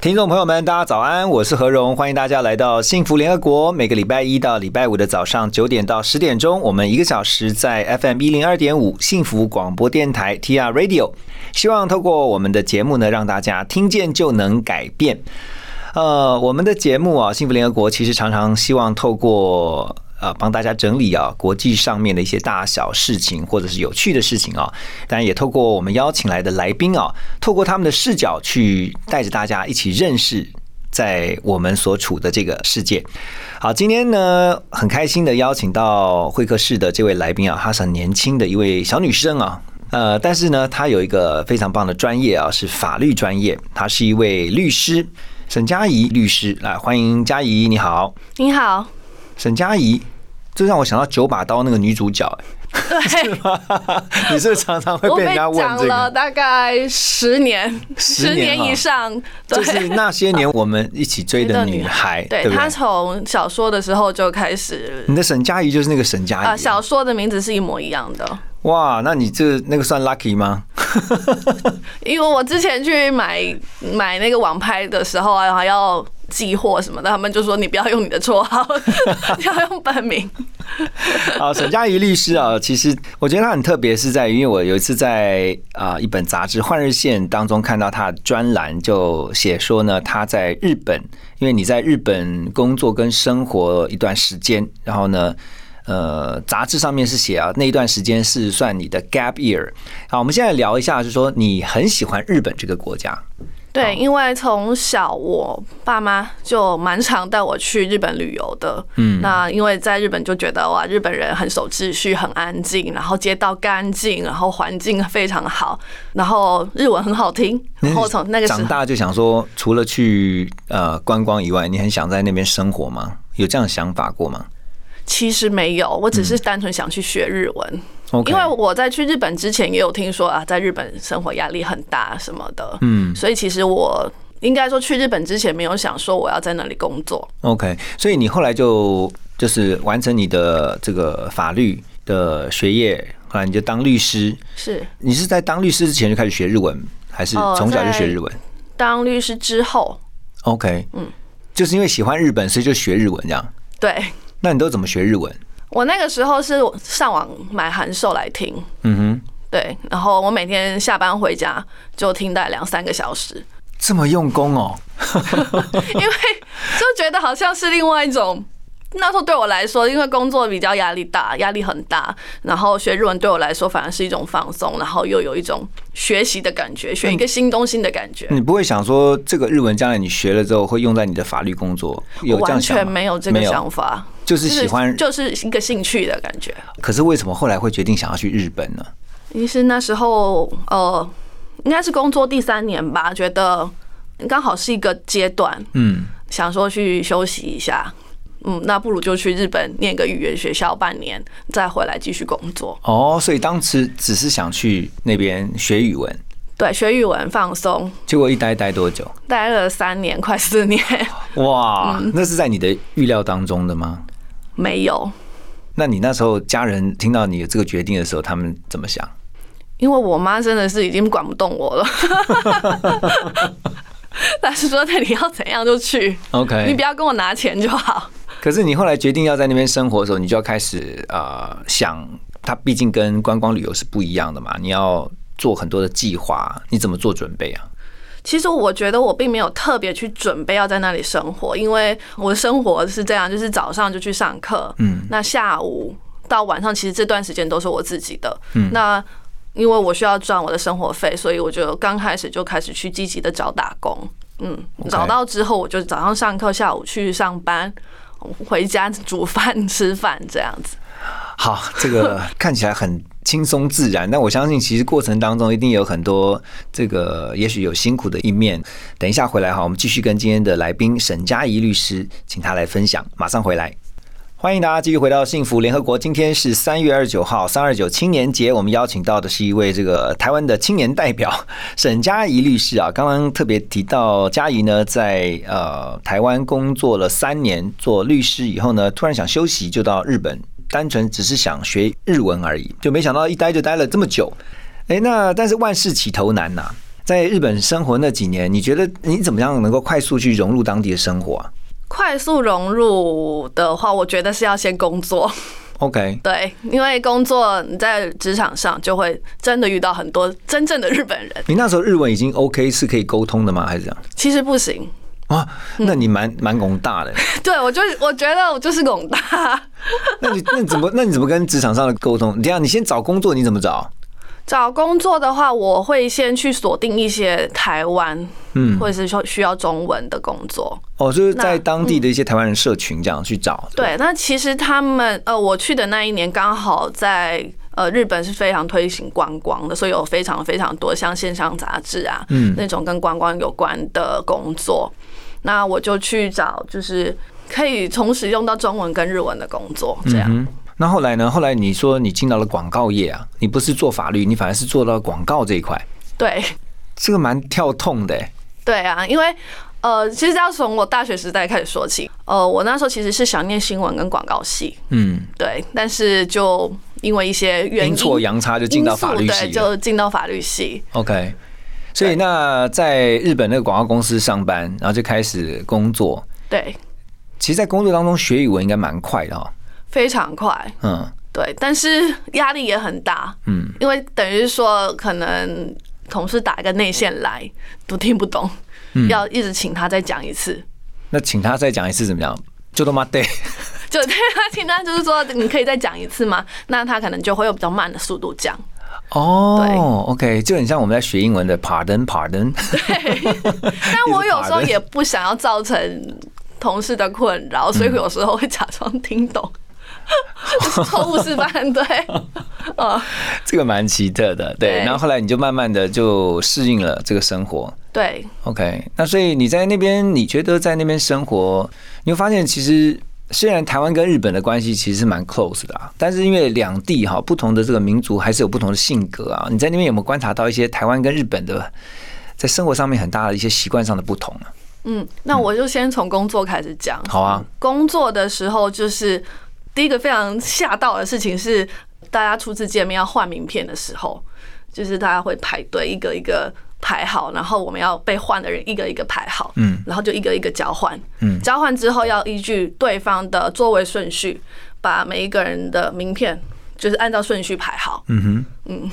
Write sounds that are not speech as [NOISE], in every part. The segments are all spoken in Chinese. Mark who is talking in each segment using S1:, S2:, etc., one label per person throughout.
S1: 听众朋友们，大家早安，我是何荣，欢迎大家来到幸福联合国。每个礼拜一到礼拜五的早上九点到十点钟，我们一个小时在 FM 一零二点五幸福广播电台 TR Radio，希望透过我们的节目呢，让大家听见就能改变。呃，我们的节目啊，幸福联合国其实常常希望透过呃帮大家整理啊国际上面的一些大小事情，或者是有趣的事情啊，当然也透过我们邀请来的来宾啊，透过他们的视角去带着大家一起认识。在我们所处的这个世界，好，今天呢，很开心的邀请到会客室的这位来宾啊，她是很年轻的一位小女生啊，呃，但是呢，她有一个非常棒的专业啊，是法律专业，她是一位律师，沈佳宜律师，来欢迎佳宜，你好，
S2: 你好，
S1: 沈佳宜，这让我想到九把刀那个女主角、
S2: [LAUGHS] 对，
S1: 你是不是常常 [LAUGHS] 会
S2: 哎我
S1: 被
S2: 被
S1: 人家问
S2: 讲
S1: 这
S2: 了
S1: 个？
S2: 大概十年，
S1: 十
S2: 十
S1: 年
S2: 年
S1: 哈
S2: 以上，
S1: [LAUGHS] 就
S2: 对。
S1: 是那些年我们一起追的女孩，
S2: [LAUGHS] 对
S1: 不对
S2: 他？从小说的时候就开始，
S1: 你的沈佳宜就是那个沈佳宜、
S2: 呃，小说的名字是一模一样的。
S1: 哇，那你这那个算 lucky 吗？
S2: 因为我之前去买买那个网拍的时候啊，还要寄货什么的，他们就说你不要用你的绰号， [LAUGHS] 要用本名。
S1: [LAUGHS] 啊，沈佳宜律师啊，其实我觉得他很特别，是在于因为我有一次在啊、一本杂志《换日线》当中看到他的专栏，就写说呢，他在日本，因为你在日本工作跟生活一段时间，然后呢。呃，杂志上面是写啊，那一段时间是算你的 gap year。好，我们现在聊一下，就是说你很喜欢日本这个国家，
S2: 对，因为从小我爸妈就蛮常带我去日本旅游的。嗯，那因为在日本就觉得哇，日本人很守秩序，很安静，然后街道干净，然后环境非常好，然后日文很好听。然后从那个时
S1: 长
S2: 候，
S1: 大就想说，除了去呃观光以外，你很想在那边生活吗？有这样的想法过吗
S2: 其实没有，我只是单纯想去学日文。
S1: 嗯？OK，
S2: 因为我在去日本之前也有听说啊，在日本生活压力很大什么的，
S1: 嗯
S2: 所以其实我应该说去日本之前没有想说我要在那里工作，
S1: ，OK，所以你后来就就是完成你的这个法律的学业，后来你就当律师。
S2: 是
S1: 你是在当律师之前就开始学日文，还是
S2: 哦
S1: 从小就学日文、
S2: 当律师之后，
S1: o k 嗯，就是因为喜欢日本，所以就学日文这样。
S2: 对
S1: 那你都怎么学日文？
S2: 我那个时候是上网买函授来听，
S1: 嗯哼，
S2: 对，然后我每天下班回家就听大概两三个小时，
S1: 这么用功哦。
S2: 因为就觉得好像是另外一种。那时候对我来说，因为工作比较压力大，压力很大，然后学日文对我来说反而是一种放松，然后又有一种学习的感觉，学一
S1: 嗯
S2: 个新东西的感觉。
S1: 你不会想说这个日文将来你学了之后会用在你的法律工作？有这
S2: 完
S1: 样想吗
S2: 全没有这个
S1: 没有
S2: 想法，
S1: 就是喜欢。
S2: 就是一个兴趣的感觉。
S1: 可是为什么后来会决定想要去日本呢？
S2: 其实那时候呃，应该是工作第三年吧，觉得刚好是一个阶段，
S1: 嗯，
S2: 想说去休息一下。嗯，那不如就去日本念个语言学校半年，再回来继续工作。
S1: 哦，所以当时只是想去那边学语文，
S2: 对，学语文放松，
S1: 结果一待待多久？
S2: 待了三年，快四年，
S1: 哇，嗯那是在你的预料当中的吗？
S2: 没有，
S1: 那你那时候家人听到你有这个决定的时候，他们怎么想？
S2: 因为我妈真的是已经管不动我了。 [LAUGHS] 但是说那你要怎样就去
S1: OK
S2: 你不要跟我拿钱就好。
S1: 可是你后来决定要在那边生活的时候，你就要开始呃想，它毕竟跟观光旅游是不一样的嘛，你要做很多的计划，你怎么做准备啊？
S2: 其实我觉得我并没有特别去准备要在那里生活，因为我的生活是这样，就是早上就去上课，嗯，那下午到晚上，其实这段时间都是我自己的，嗯，那因为我需要赚我的生活费，所以我就刚开始就开始去积极的找打工，嗯，找到之后我就早上上课，下午去上班。回家煮饭吃饭这样子。
S1: 好，这个看起来很轻松自然，但我相信其实过程当中一定有很多这个，也许有辛苦的一面。等一下回来哈，我们继续跟今天的来宾沈佳怡律师，请他来分享。马上回来。欢迎大家继续回到幸福联合国。今天是三月二十九号，三二九青年节，我们邀请到的是一位这个台湾的青年代表沈佳怡律师啊。刚刚特别提到佳怡呢，在呃台湾工作了三年，做律师以后呢，突然想休息，就到日本，单纯只是想学日文而已，就没想到一待就待了这么久。诶，那但是万事起头难呐、在日本生活那几年，你觉得你怎么样能够快速去融入当地的生活啊
S2: 快速融入的话，我觉得是要先工作，
S1: ？OK，
S2: 对，因为工作你在职场上就会真的遇到很多真正的日本人，
S1: 你那时候日文已经 OK 是可以沟通的吗？还是这样？
S2: 其实不行。
S1: 啊，
S2: 嗯
S1: 那你蛮蛮宏大的，
S2: [LAUGHS] 对我就我觉得我就是拱大，
S1: 那你那你怎么
S2: [LAUGHS]
S1: 那你怎么跟职场上的沟通？你这样，你先找工作，你怎么找？
S2: 找工作的话，我会先去锁定一些台湾，嗯，或者是说需要中文的工作。
S1: 哦，就是在当地的一些台湾人社群这样去找。不，
S2: 对，那其实他们呃，我去的那一年刚好在呃日本是非常推行观光的，所以有非常非常多像线上杂志啊，嗯，那种跟观光有关的工作。那我就去找就是可以同时用到中文跟日文的工作，这样。
S1: 嗯，那后来呢？后来你说你进到了广告业啊，你不是做法律，你反而是做到广告这一块，
S2: 对，
S1: 这个蛮跳痛的、欸。
S2: 对啊，因为呃，其实要从我大学时代开始说起。呃，我那时候其实是想念新闻跟广告系，
S1: 嗯，
S2: 对，但是就因为一些原因，
S1: 阴错阳差就进到法律
S2: 因素
S1: 系
S2: 对，
S1: 了。
S2: 就进到法律系。
S1: OK，所以那在日本那个广告公司上班，然后就开始工作。
S2: 对，
S1: 其实，在工作当中学语文应该蛮快的哦哈、
S2: 非常快，
S1: 嗯。
S2: 对，但是压力也很大，
S1: 嗯，
S2: 因为等于是说可能同事打一个内线来都听不懂，要一直请他再讲一次。
S1: 那请他再讲一次怎么样？就他妈对，
S2: 就对他请他就是说，你可以再讲一次吗？那他可能就会用比较慢的速度讲，
S1: 哦，OK，就很像我们在学英文的 pardon pardon，
S2: 但我有时候
S1: 一直打人
S2: 也不想要造成同事的困扰，所以有时候会假装听懂。就是错误示范，对，嗯，
S1: [LAUGHS] 这个蛮奇特的，对。
S2: 对
S1: 然后后来你就慢慢的就适应了这个生活
S2: 对，
S1: ，OK。那所以你在那边，你觉得在那边生活，你会发现其实。虽然台湾跟日本的关系其实是蛮 close 的、啊，但是因为两地哈不同的这个民族还是有不同的性格啊。你在那边有没有观察到一些台湾跟日本的在生活上面很大的一些习惯上的不同啊？
S2: 嗯，那我就先从工作开始讲。
S1: 好啊，
S2: 工作的时候就是第一个非常吓到的事情是，大家初次见面要换名片的时候，就是大家会排队一个一个排好，然后我们要被换的人一个一个排好，
S1: 嗯，
S2: 然后就一个一个交换，
S1: 嗯
S2: 交换之后要依据对方的座位顺序，把每一个人的名片就是按照顺序排好，
S1: 嗯哼，嗯，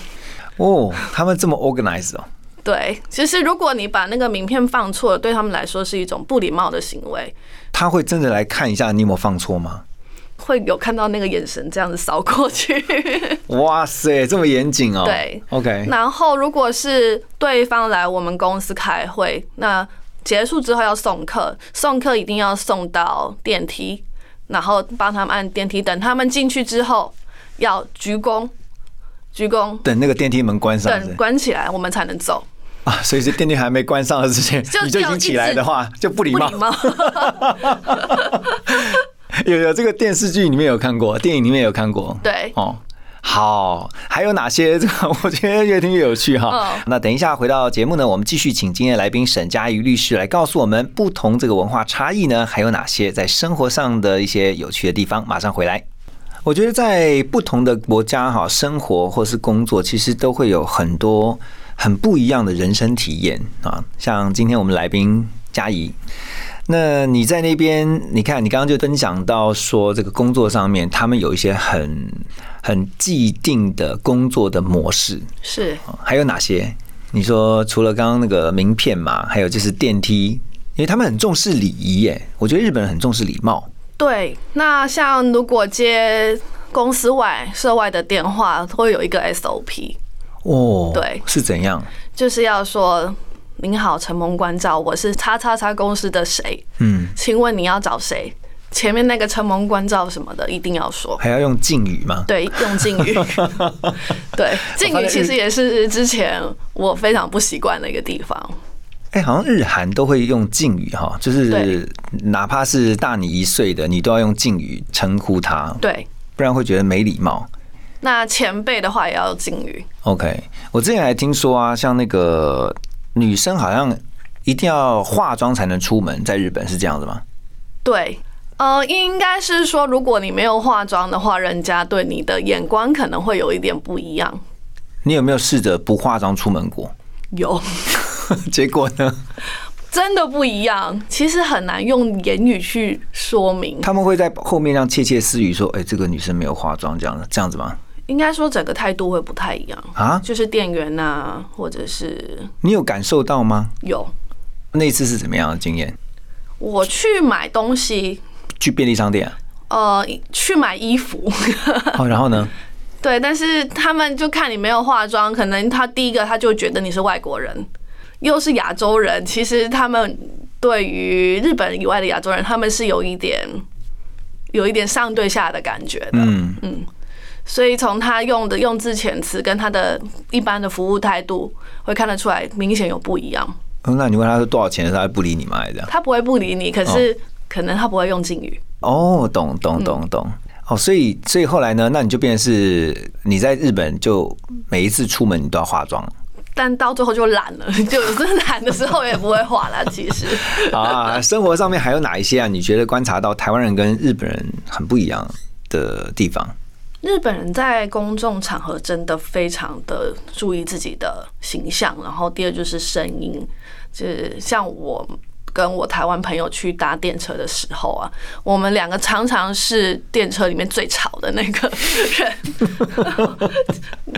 S1: 哦，他们这么 organized 哦，
S2: 对，其实如果你把那个名片放错了，对他们来说是一种不礼貌的行为。
S1: 他会真的来看一下你有没有放错吗？
S2: 会有看到那个眼神这样子扫过 [LAUGHS] 去。
S1: 哇塞，这么严谨哦。
S2: 对
S1: ，OK，
S2: 然后如果是对方来我们公司开会，那结束之后要送客，送客一定要送到电梯，然后帮他们按电梯，等他们进去之后要鞠躬，鞠躬。
S1: 等那个电梯门关上是不
S2: 等
S1: 是
S2: 关起来，我们才能走，
S1: 啊，所以是电梯还没关上的之
S2: [LAUGHS]
S1: 前，
S2: 就
S1: [LAUGHS] 你就已
S2: 就
S1: 经
S2: 一
S1: 起来
S2: 直
S1: 的话就不礼
S2: 不
S1: 貌
S2: 礼。貌。
S1: 有有这个电视剧里面有看过，电影里面有看过。
S2: [LAUGHS] 对
S1: 哦。好，还有哪些？ [LAUGHS] 这个我觉得越听越有趣哈。
S2: 嗯
S1: 那等一下回到节目呢，我们继续请今天的来宾沈佳瑜律师来告诉我们不同这个文化差异呢，还有哪些在生活上的一些有趣的地方。马上回来。我觉得在不同的国家哈，生活或是工作，其实都会有很多很不一样的人生体验啊。像今天我们来宾佳怡，那你在那边，你看你刚刚就分享到说，这个工作上面他们有一些很很既定的工作的模式，
S2: 是，
S1: 哦还有哪些？你说除了刚刚那个名片嘛，还有就是电梯，因为他们很重视礼仪耶。我觉得日本人很重视礼貌，
S2: 对，那像如果接公司外、社外的电话，会有一个 SOP，
S1: 哦，
S2: 对
S1: 是怎样？
S2: 就是要说：“您好，承蒙关照，我是叉叉叉公司的谁，
S1: 嗯，
S2: 请问你要找谁？”前面那个承蒙关照什么的，一定要说。
S1: 还要用敬语吗？
S2: 对，用敬语。 [LAUGHS] 对，敬语其实也是之前我非常不习惯的一个地方。
S1: 哎、好像日韩都会用敬语哈，就是
S2: 对
S1: 哪怕是大你一岁的，你都要用敬语称呼他，
S2: 对，
S1: 不然会觉得没礼貌。
S2: 那前辈的话也要敬语。
S1: OK，我之前还听说啊，像那个女生好像一定要化妆才能出门，在日本是这样子吗？
S2: 对，呃，应该是说，如果你没有化妆的话，人家对你的眼光可能会有一点不一样。
S1: 你有没有试着不化妆出门过？
S2: 有，
S1: [LAUGHS] 结果呢，
S2: 真的不一样。其实很难用言语去说明。
S1: 他们会在后面让窃窃私语说：“哎、这个女生没有化妆，这样的这样子吗
S2: 应该说整个态度会不太一样？”，
S1: 啊，
S2: 就是店员呐、或者是
S1: 你有感受到吗？
S2: 有
S1: 那次是怎么样的经验？
S2: 我去买东西，
S1: 去便利商店啊、 [LAUGHS]
S2: 呃，去买衣服。 [LAUGHS]
S1: 哦，然后呢？
S2: 对，但是他们就看你没有化妆，可能他第一个他就觉得你是外国人，又是亚洲人。其实他们对于日本以外的亚洲人，他们是有一点有一点上对下的感觉的。
S1: 嗯，
S2: 所以从他用的用字遣词跟他的一般的服务态度，会看得出来明显有不一样。
S1: 哦那你问他说多少钱，他会不理你吗？还是这样？
S2: 他不会不理你，可是可能他不会用敬语。
S1: 哦，懂懂懂懂。哦，所以所以后来呢？那你就变成是你在日本就每一次出门你都要化妆
S2: 但到最后就懒了， [LAUGHS] 就有真的懒的时候也不会画啦。其实，
S1: 啊？生活上面还有哪一些啊？你觉得观察到台湾人跟日本人很不一样的地方？
S2: 日本人在公众场合真的非常的注意自己的形象，然后第二就是声音，就是像我跟我台湾朋友去搭电车的时候啊，我们两个常常是电车里面最吵的那个人， [LAUGHS]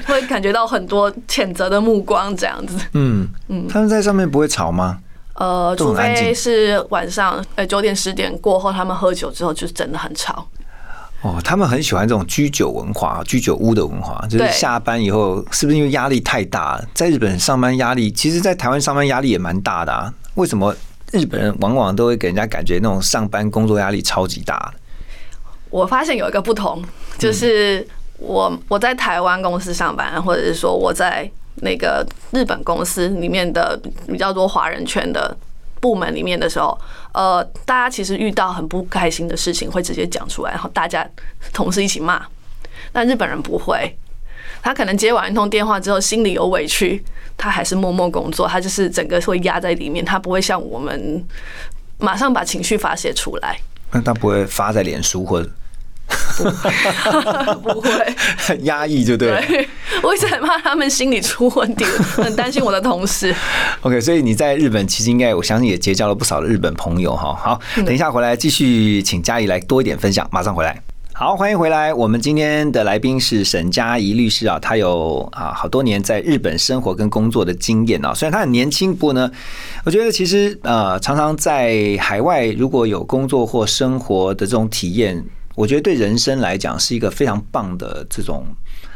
S2: 会感觉到很多谴责的目光这样子。
S1: 嗯嗯，他们在上面不会吵吗？
S2: 呃，
S1: 都
S2: 除
S1: 很安静
S2: 非是晚上呃九点十点过后，他们喝酒之后就是真的很吵。
S1: 哦，他们很喜欢这种居酒文化、居酒屋的文化，就是
S2: 对
S1: 下班以后是不是因为压力太大了？在日本上班压力，其实，在台湾上班压力也蛮大的啊。为什么日本人往往都会给人家感觉那种上班工作压力超级大的？
S2: 我发现有一个不同，就是我我在台湾公司上班，或者是说我在那个日本公司里面的比较多华人圈的部门里面的时候，呃，大家其实遇到很不开心的事情会直接讲出来，然后大家同事一起骂。但日本人不会，他可能接完一通电话之后心里有委屈，他还是默默工作，他就是整个会压在里面，他不会像我们马上把情绪发泄出来，
S1: 那他不会发在脸书或者
S2: 不会。
S1: 很 [LAUGHS] 压抑，就对了。
S2: 对， [LAUGHS] 我一直很怕他们心理出问题，很担心我的同事。
S1: OK，所以你在日本其实应该，我相信也结交了不少的日本朋友哈。好，等一下回来继续请嘉怡来多一点分享，马上回来。好，欢迎回来。我们今天的来宾是沈佳怡律师啊，他有啊好多年在日本生活跟工作的经验啊。虽然他很年轻，不过呢，我觉得其实呃，常常在海外如果有工作或生活的这种体验，我觉得对人生来讲是一个非常棒的这种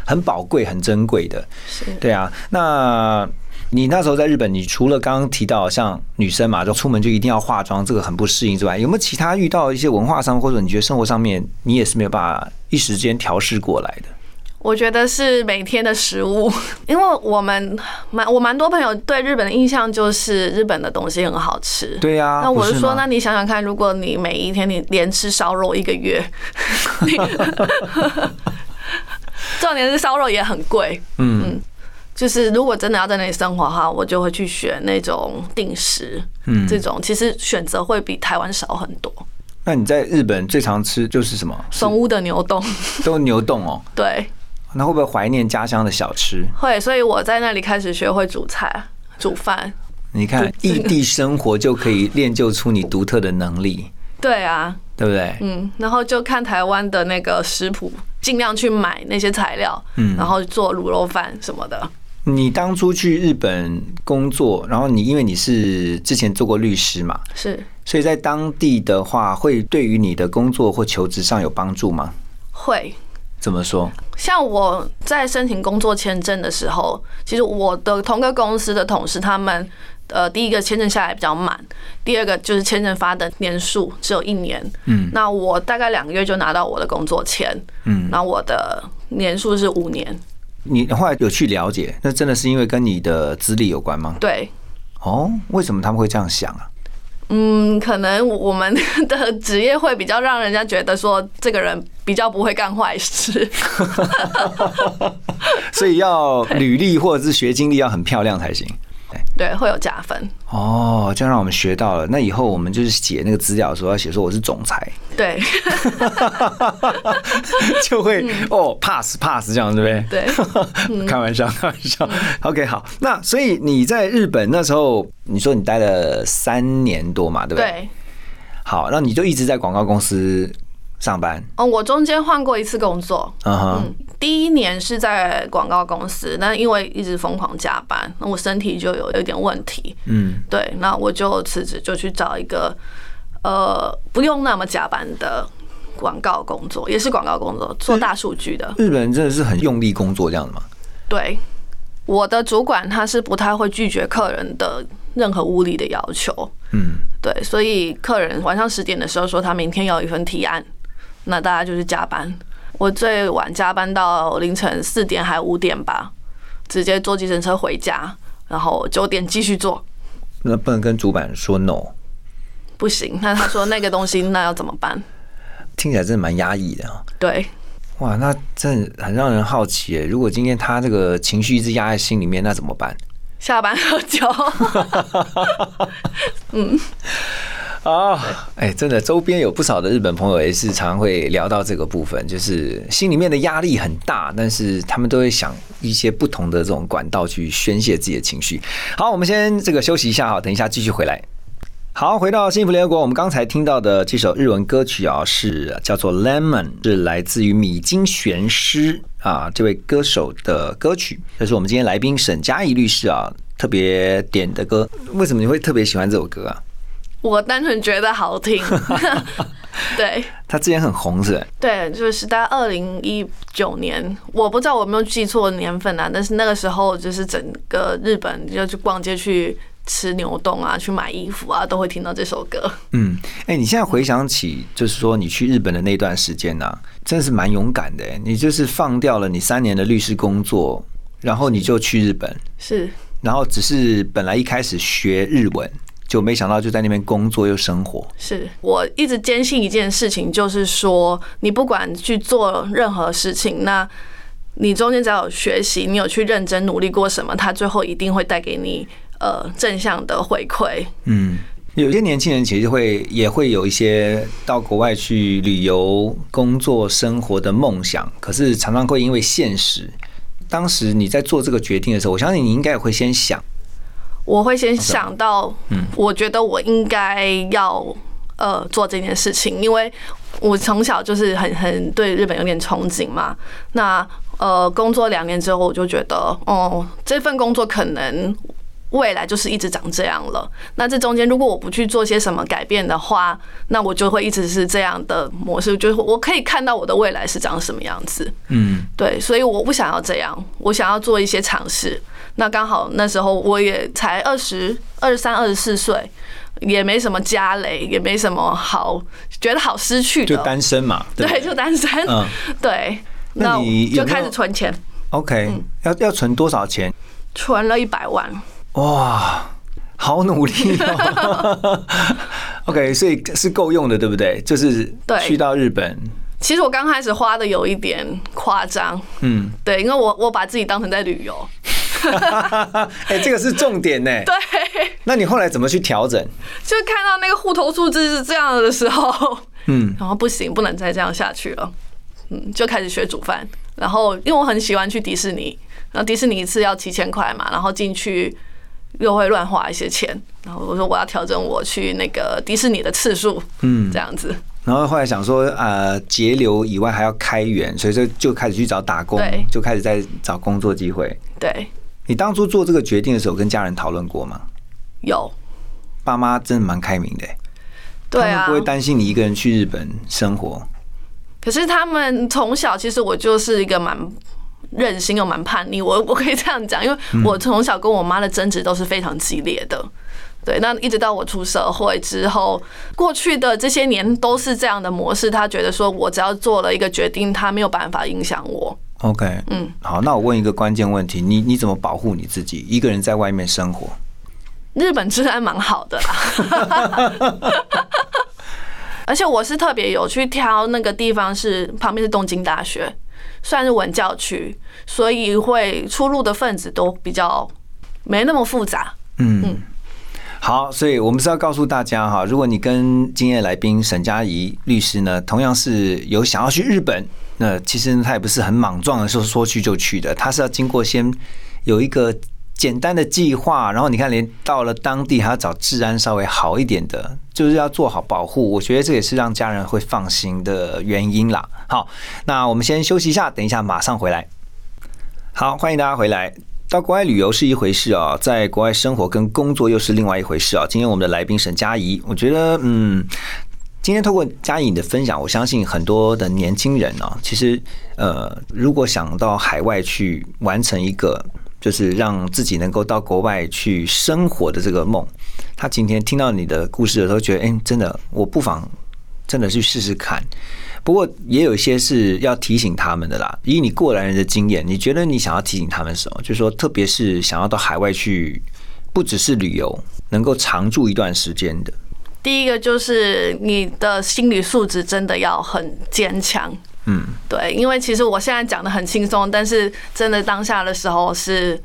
S1: 很宝贵、很珍贵的。
S2: 是
S1: 对啊，那你那时候在日本，你除了刚刚提到像女生嘛，就出门就一定要化妆，这个很不适应之外，有没有其他遇到一些文化上或者你觉得生活上面你也是没有办法一时间调试过来的？
S2: [LAUGHS] 我觉得是每天的食物， [LAUGHS] 因为我们蛮我蛮多朋友对日本的印象就是日本的东西很好吃。
S1: 对啊，
S2: 那我
S1: 不
S2: 是说，
S1: 吗
S2: 那你想想看，如果你每一天你连吃烧肉一个月， [LAUGHS] 你重点是烧肉也很贵。
S1: 嗯
S2: 就是如果真的要在那里生活的话，我就会去选那种定时，
S1: 嗯
S2: 这种其实选择会比台湾少很多。
S1: 那你在日本最常吃就是什么？
S2: 松屋的牛冻，
S1: 都牛冻哦，
S2: 对，
S1: 那会不会怀念家乡的小吃？
S2: 会，所以我在那里开始学会煮菜、煮饭。
S1: 你看异地生活就可以练就出你独特的能力，
S2: 对啊，
S1: 对不对？
S2: 嗯，然后就看台湾的那个食谱，尽量去买那些材料，嗯，然后做卤肉饭什么的。
S1: 你当初去日本工作，然后你因为你是之前做过律师嘛，
S2: 是
S1: 所以在当地的话，会对于你的工作或求职上有帮助吗？
S2: 会，
S1: 怎么说？
S2: 像我在申请工作签证的时候，其实我的同个公司的同事他们，呃，第一个签证下来比较慢，第二个就是签证发的年数只有一年。嗯，那我大概两个月就拿到我的工作签。嗯，那我的年数是五年。
S1: 你后来有去了解，那真的是因为跟你的资历有关吗？
S2: 对，
S1: 哦，为什么他们会这样想啊？
S2: 嗯，可能我们的职业会比较让人家觉得说这个人比较不会干坏事。 [LAUGHS]
S1: 所以要履历或者是学经历要很漂亮才行。
S2: 对，会有加分。
S1: 哦，这样让我们学到了。那以后我们就是写那个资料的时候要写说我是总裁， [LAUGHS]
S2: 对
S1: 就会、哦 pass pass 这样对不对？
S2: [LAUGHS] 对。
S1: [LAUGHS] 开玩笑，开玩笑。OK，好，那所以你在日本那时候，你说你待了三年多嘛，对不对？
S2: 对，
S1: 好，那你就一直在广告公司上班，
S2: 哦，我中间换过一次工作，
S1: 嗯哼，
S2: 嗯，第一年是在广告公司，那因为一直疯狂加班，那我身体就有有一点问题，
S1: 嗯，
S2: 对，那我就辞职，就去找一个呃不用那么加班的广告工作，也是广告工作，做大数据的。
S1: 日本人真的是很用力工作这样的嘛？
S2: 对，我的主管他是不太会拒绝客人的任何无理的要求，
S1: 嗯，
S2: 对，所以客人晚上十点的时候说他明天有一份提案，那大家就是加班。我最晚加班到凌晨四点还五点吧，直接坐计程车回家，然后九点继续做。
S1: 那不能跟主管说 no，
S2: 不行，那他说那个东西那要怎么办？
S1: 听起来真的蛮压抑的啊。
S2: 对，
S1: 哇，那真的很让人好奇耶。如果今天他这个情绪一直压在心里面，那怎么办？
S2: 下班喝酒。 [LAUGHS]
S1: 啊，哎，真的，周边有不少的日本朋友也是常会聊到这个部分，就是心里面的压力很大，但是他们都会想一些不同的这种管道去宣泄自己的情绪。好，我们先这个休息一下哈，等一下继续回来。好，回到幸福联合国，我们刚才听到的这首日文歌曲啊，是叫做《Lemon》，是来自于米津玄师啊这位歌手的歌曲，这是我们今天来宾沈佳宜律师啊特别点的歌。为什么你会特别喜欢这首歌啊？
S2: 我单纯觉得好听。 [LAUGHS] 对，
S1: 它之前很红是不是？
S2: 对，就是在二零一九年，我不知道我有没有记错年份啊，但是那个时候就是整个日本就去逛街去吃牛丼啊，去买衣服啊，都会听到这首歌。
S1: 嗯，哎、你现在回想起，就是说你去日本的那段时间呐、真的是蛮勇敢的、哎你就是放掉了你三年的律师工作，然后你就去日本，
S2: 是，
S1: 然后只是本来一开始学日文，就没想到就在那边工作又生活。
S2: 是我一直坚信一件事情，就是说，你不管去做任何事情，那你中间只要有学习，你有去认真努力过什么，它最后一定会带给你呃正向的回馈。
S1: 嗯，有些年轻人其实会也会有一些到国外去旅游、工作、生活的梦想，可是常常会因为现实。当时你在做这个决定的时候，我相信你应该也会先想。
S2: 我会先想到，我觉得我应该要呃做这件事情，因为我从小就是很很对日本有点憧憬嘛。那呃，工作两年之后，我就觉得，哦，这份工作可能未来就是一直长这样了。那这中间如果我不去做些什么改变的话，那我就会一直是这样的模式，就是我可以看到我的未来是长什么样子。
S1: 嗯，
S2: 对，所以我不想要这样，我想要做一些尝试。那刚好那时候我也才二十二三、二十四岁，也没什么家累，也没什么好觉得好失去
S1: 就
S2: 的，
S1: 单身嘛，对
S2: 哦
S1: 不
S2: 对，
S1: 对
S2: 就单身，
S1: 嗯
S2: 对。
S1: 那
S2: 那
S1: 你有
S2: 就
S1: 没有
S2: 开始存钱，
S1: OK，、要
S2: 嗯
S1: 要存多少钱？
S2: 存了一百万，
S1: 哇，好努力哦。OK，所以是够用的，对不对？就是
S2: 对
S1: 去到日本，
S2: 其实我刚开始花的有一点夸张，
S1: 嗯，
S2: 对，因为我我把自己当成在旅游，
S1: 哎、这个是重点呢。对，那你后来怎么去调整？
S2: 就看到那个户头数字是这样的时候，
S1: 嗯，
S2: 然后不行，不能再这样下去了，嗯，就开始学煮饭。然后因为我很喜欢去迪士尼，然后迪士尼一次要七千块嘛，然后进去又会乱花一些钱，然后我说我要调整我去那个迪士尼的次数，嗯，这样子，
S1: 然后后来想说，呃，节流以外还要开源，所以就就开始去找打工
S2: 对，
S1: 就开始在找工作机会。
S2: 对，
S1: 你当初做这个决定的时候，跟家人讨论过吗？
S2: 有，
S1: 爸妈真的蛮开明的、
S2: 对
S1: 他们
S2: 啊
S1: 不，会担心你一个人去日本生活。
S2: 可是他们从小其实我就是一个蛮。任性又蛮叛逆，我我 [LAUGHS] 可以这样讲，因为我从小跟我妈的争执都是非常激烈的，对，那一直到我出社会之后，过去的这些年都是这样的模式。她觉得说我只要做了一个决定，她没有办法影响我。
S1: OK，嗯，好，那我问一个关键问题，你你怎么保护你自己？一个人在外面生活，
S2: 日本治安蛮好的啦， [LAUGHS] 而且我是特别有去挑那个地方是旁边是东京大学，算是文教区，所以会出入的分子都比较没那么复杂。
S1: 嗯。好，所以我们是要告诉大家哈，如果你跟今天的来宾沈佳宜律师呢，同样是有想要去日本，那其实他也不是很莽撞的说说去就去的，他是要经过先有一个简单的计划，然后你看连到了当地还要找治安稍微好一点的，就是要做好保护。我觉得这也是让家人会放心的原因啦。好，那我们先休息一下，等一下马上回来。好，欢迎大家回来。到国外旅游是一回事啊、在国外生活跟工作又是另外一回事啊、今天我们的来宾沈佳宜，我觉得嗯。今天透过嘉颖的分享，我相信很多的年轻人啊，其实呃，如果想到海外去完成一个，就是让自己能够到国外去生活的这个梦，他今天听到你的故事的时候，觉得哎、真的，我不妨真的去试试看。不过也有一些是要提醒他们的啦。以你过来人的经验，你觉得你想要提醒他们什么？就是说，特别是想要到海外去，不只是旅游，能够常住一段时间的。
S2: 第一个就是你的心理素质真的要很坚强。
S1: 嗯，
S2: 对，因为其实我现在讲的很轻松，但是真的当下的时候是，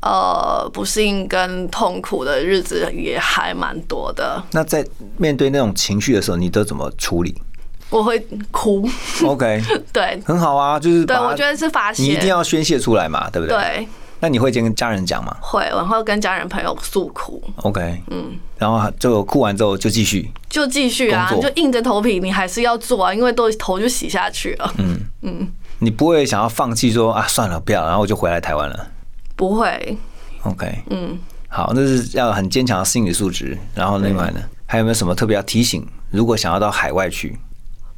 S2: 呃，不幸跟痛苦的日子也还蛮多的。
S1: 那在面对那种情绪的时候，你都怎么处
S2: [LAUGHS]
S1: 理
S2: 我会哭，
S1: ？OK，
S2: 对，
S1: 很好啊，就是
S2: 对
S1: 把它
S2: 我觉得是发泄，
S1: 你一定要宣泄出来嘛，对不对？。
S2: 对
S1: 那你会先跟家人讲吗
S2: 会，然后跟家人朋友诉苦，
S1: ？OK，嗯，然后就哭完之后就继续。
S2: 就继续啊，就
S1: 工作
S2: 硬着头皮，你还是要做啊，因为都头就洗下去了。
S1: 嗯你不会想要放弃说啊，算了，不要，然后我就回来台湾了。
S2: 不会，
S1: OK，嗯，好，那是要很坚强的心理素质。然后另外呢，还有没有什么特别要提醒？如果想要到海外去，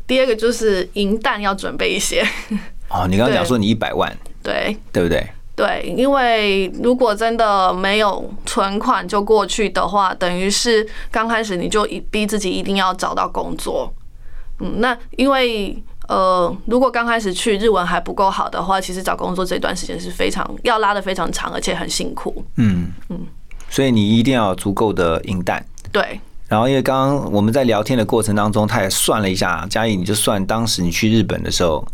S2: 第二个就是银弹要准备一些， [LAUGHS]
S1: 哦，你刚刚讲
S2: 对
S1: 说你一百万，
S2: 对。
S1: 对不对？
S2: 对，因为如果真的没有存款就过去的话，等于是刚开始你就一逼自己一定要找到工作。嗯，那因为呃，如果刚开始去日文还不够好的话，其实找工作这段时间是非常要拉的非常长，而且很辛苦。
S1: 嗯嗯，所以你一定要有足够的银弹。
S2: 对，
S1: 然后，因为刚刚我们在聊天的过程当中，他也算了一下，嘉义，你就算当时你去日本的时候，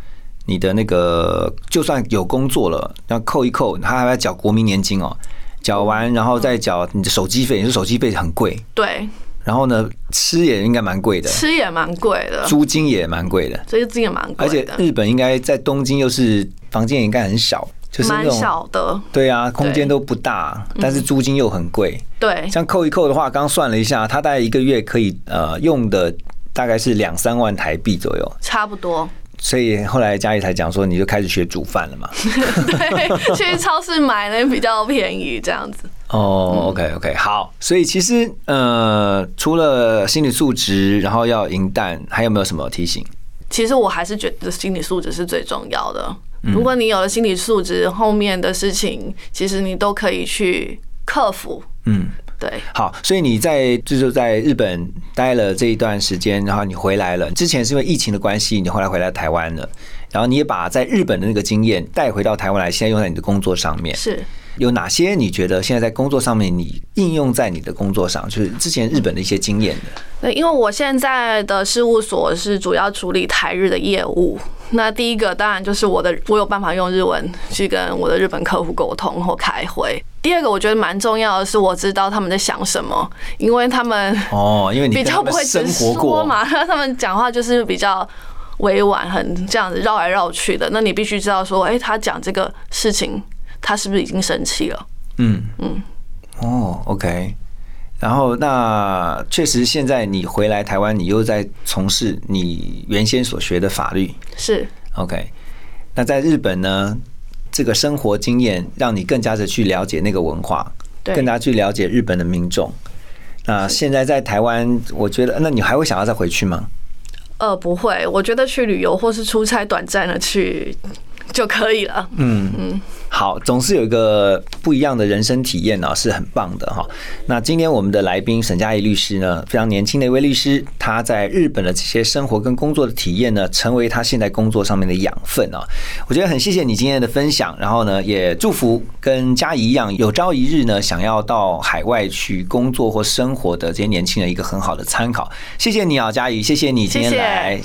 S1: 你的那个就算有工作了，要扣一扣，他还要缴国民年金哦，缴完然后再缴你的手机费，你的手机费很贵，
S2: 对，
S1: 然后呢，吃也应该蛮贵的，
S2: 吃也蛮贵的，
S1: 租金也蛮贵的，
S2: 所以这也蛮
S1: 而且嗯
S2: 贵的，
S1: 日本应该在东京又是房间也应该很小，就是那
S2: 蛮
S1: 种
S2: 小嗯的。
S1: 对啊，空间都不大，但是租金又很贵。
S2: 对，
S1: 像扣一扣的话，刚算了一下，他大概一个月可以呃用的大概是两三万台币左右，
S2: 差不多。
S1: 所以后来家里才讲说，你就开始学煮饭
S2: [LAUGHS]
S1: 了嘛。 [LAUGHS]
S2: 对，去超市买呢比较便宜，这样子。嗯
S1: 哦，OK OK，好，所以其实呃，除了心理素质，然后要银弹，还有没有什么提醒？
S2: 其实我还是觉得心理素质是最重要的。如果你有了心理素质，后面的事情其实你都可以去克服。
S1: 嗯，
S2: 对，
S1: 好，所以你在就是在日本待了这一段时间，然后你回来了，之前是因为疫情的关系，你后来回来台湾了，然后你也把在日本的那个经验带回到台湾来，现在用在你的工作上面。
S2: 是
S1: 有哪些你觉得现在在工作上面你应用在你的工作上，就是之前日本的一些经验的？
S2: 对，因为我现在的事务所是主要处理台日的业务。那第一个当然就是我的，我有办法用日文去跟我的日本客户沟通或开会。第二个我觉得蛮重要的是，我知道他们在想什么，因为他们
S1: 哦，因为你
S2: 比
S1: 跟
S2: 较
S1: 他
S2: 不
S1: 们
S2: 会
S1: 生
S2: 直
S1: 活
S2: 说
S1: 过，
S2: 嘛， [LAUGHS] 他们讲话就是比较委婉，很这样子绕来绕去的。那你必须知道说，哎、他讲这个事情，他是不是已经生气了？
S1: 嗯嗯，哦，OK。然后，那确实，现在你回来台湾，你又在从事你原先所学的法律
S2: 是
S1: ，OK。那在日本呢，这个生活经验让你更加的去了解那个文化，
S2: 对
S1: 更加去了解日本的民众。那现在在台湾，我觉得，那你还会想要再回去吗？
S2: 呃，不会，我觉得去旅游或是出差短暂的去就可以了。
S1: 好，总是有一个不一样的人生体验呢、是很棒的哈。那今天我们的来宾沈佳宜律师呢，非常年轻的一位律师，他在日本的这些生活跟工作的体验呢，成为他现在工作上面的养分啊。我觉得很谢谢你今天的分享，然后呢，也祝福跟佳宜一样，有朝一日呢，想要到海外去工作或生活的这些年轻人一个很好的参考。谢谢你啊，佳宜，谢谢你今天
S2: 谢谢
S1: 来。